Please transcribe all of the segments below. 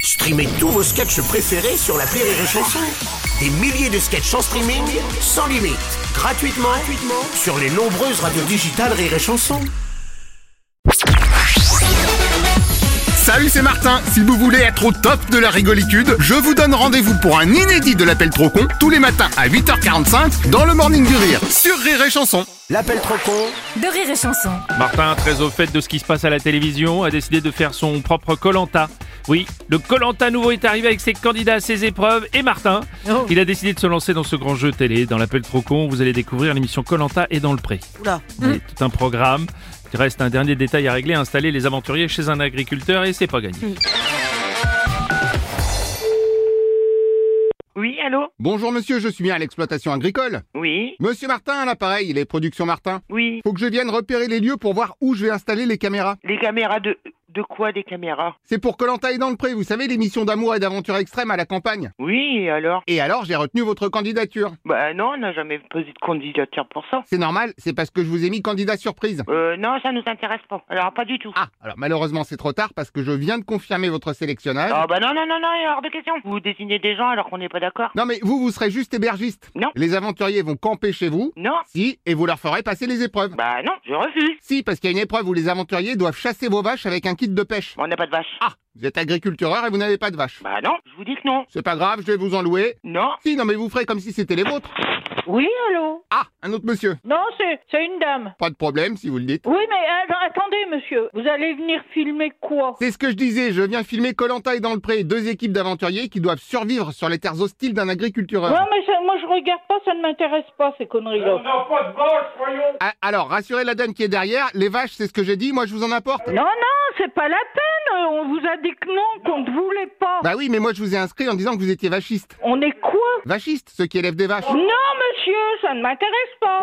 Streamez tous vos sketchs préférés sur la Rire et Chanson. Des milliers de sketchs en streaming, sans limite, gratuitement, gratuitement sur les nombreuses radios digitales Rire et Chanson. Salut, c'est Martin. Si vous voulez être au top de la rigolitude, je vous donne rendez-vous pour un inédit de l'appel trop con tous les matins à 8h45 dans le Morning du Rire sur Rire et Chanson. L'appel trop con de rire et chanson. Martin, très au fait de ce qui se passe à la télévision, a décidé de faire son propre Colanta. Oui, le Colanta nouveau est arrivé avec ses candidats à ses épreuves et Martin. Il a décidé de se lancer dans ce grand jeu télé. Dans l'appel trop con, vous allez découvrir l'émission Colanta et dans le pré. Oui, Tout un programme. Il reste un dernier détail à régler, installer les aventuriers chez un agriculteur et c'est pas gagné. Oui, allô Bonjour monsieur, je suis bien à l'exploitation agricole. Oui, Monsieur Martin à l'appareil, les productions Martin. oui. Faut que je vienne repérer les lieux pour voir où je vais installer les caméras. Les caméras de... De quoi des caméras C'est pour Colanta et dans le pré, vous savez, l'émission d'amour et d'aventure extrême à la campagne. Oui, et alors Et alors, j'ai retenu votre candidature. Bah non, on n'a jamais posé de candidature pour ça. C'est normal, c'est parce que je vous ai mis candidat surprise. Euh, non, ça nous intéresse pas. Alors, pas du tout. Ah, alors malheureusement c'est trop tard parce que je viens de confirmer votre sélectionnage. Ah bah non, non, non, non, il est hors de question. Vous désignez des gens alors qu'on n'est pas d'accord Non mais vous, vous serez juste hébergiste. Non. Les aventuriers vont camper chez vous. Non, Si, et vous leur ferez passer les épreuves. bah non, je refuse. Si, parce qu'il y a une épreuve où les aventuriers doivent chasser vos vaches avec un kit de pêche. On n'a pas de vache. Ah, vous êtes agriculteur et vous n'avez pas de vaches. Bah non, je vous dis que non. C'est pas grave, je vais vous en louer. Non. Si, non mais vous ferez comme si c'était les vôtres. Oui, allô Ah, un autre monsieur. Non, c'est c'est une dame. Pas de problème si vous le dites. Oui, mais alors, attendez, monsieur. Vous allez venir filmer quoi C'est ce que je disais, je viens filmer Colanta et dans le pré, deux équipes d'aventuriers qui doivent survivre sur les terres hostiles d'un agriculteur. Non, mais ça- moi, je regarde pas, ça ne m'intéresse pas, ces conneries-là. Ah, Alors, rassurez la dame qui est derrière, les vaches, c'est ce que j'ai dit, moi je vous en apporte. Non, non, c'est pas la peine. euh, On vous a dit que non, qu'on ne voulait pas. Bah oui, mais moi je vous ai inscrit en disant que vous étiez vachiste. On est quoi Vachiste, ceux qui élèvent des vaches. Non, monsieur, ça ne m'intéresse pas.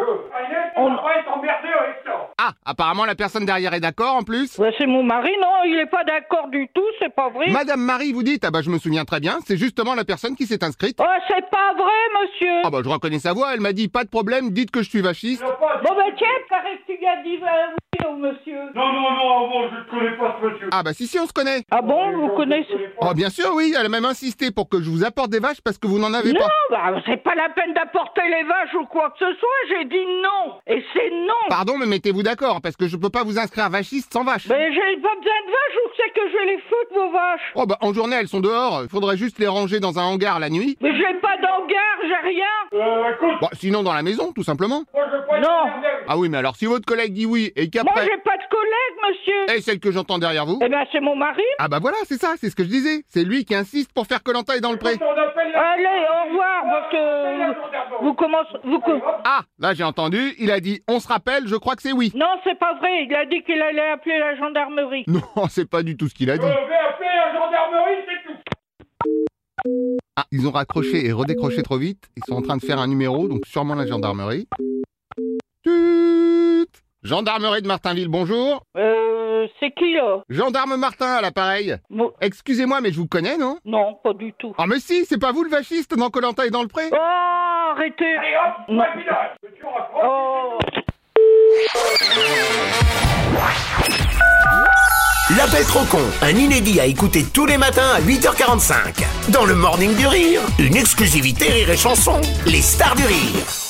On va être emmerdé avec ça. Ah, apparemment la personne derrière est d'accord en plus. Ouais, c'est mon mari, non, il n'est pas d'accord du tout, c'est pas vrai. Madame Marie, vous dites, ah bah je me souviens très bien, c'est justement la personne qui s'est inscrite. Oh, c'est pas vrai, monsieur. Ah bah je reconnais sa voix, elle m'a dit, pas de problème, dites que je suis vachiste. Bon, ben tiens, paraît que tu lui as dit euh, oui au monsieur. bah. Non, non, non, bon, je ne connais pas ce monsieur. Ah bah si, si, on se connaît. Ah bon, vous connaissez Oh bien sûr, oui, elle a même insisté pour que je vous apporte des vaches parce que vous n'en avez Non, pas. bah, c'est pas la peine d'apporter les vaches ou quoi que ce soit, j'ai dit non. Et c'est non. Pardon, mais mettez-vous d'accord, parce que je peux pas vous inscrire vachiste sans vache. Mais j'ai pas besoin de vaches, où c'est que je vais les foutre, vos vaches Oh bah en journée, elles sont dehors, il faudrait juste les ranger dans un hangar la nuit. Mais j'ai pas d'hangar, j'ai rien. Euh, écoute, Bah sinon dans la maison, tout simplement. moi, je ne pas être Non. emmerdé avec Ah oui, mais alors si votre collègue dit oui et Moi, qu'après... j'ai pas de collègues, monsieur. Et celle que j'entends derrière vous Eh ben, c'est mon mari. Ah bah voilà, c'est ça, c'est ce que je disais. C'est lui qui insiste pour faire Colanta et dans le pré. ça. On appelle la... Allez, au revoir, parce que vous, vous commencez... Vous, co- Ah, là j'ai entendu, il a dit on se rappelle, je crois que c'est oui. non, c'est pas vrai, il a dit qu'il allait appeler la gendarmerie. Non, c'est pas du tout ce qu'il a dit. Je vais appeler la gendarmerie, c'est tout. Ah, ils ont raccroché et redécroché trop vite. Ils sont en train de faire un numéro, donc sûrement la gendarmerie. Tut Gendarmerie de Martinville, bonjour. Euh, c'est qui, là Gendarme Martin à l'appareil. Mo- Excusez-moi, mais je vous connais, non Non, pas du tout. Ah mais si, c'est pas vous le fasciste dans Colanta et dans le pré Oh, arrêtez Et hop, rapidage. Tu raccroches. Oh L'appel trop con, un inédit à écouter tous les matins à 8h45. Dans le Morning du Rire, une exclusivité Rire et Chanson, les stars du rire.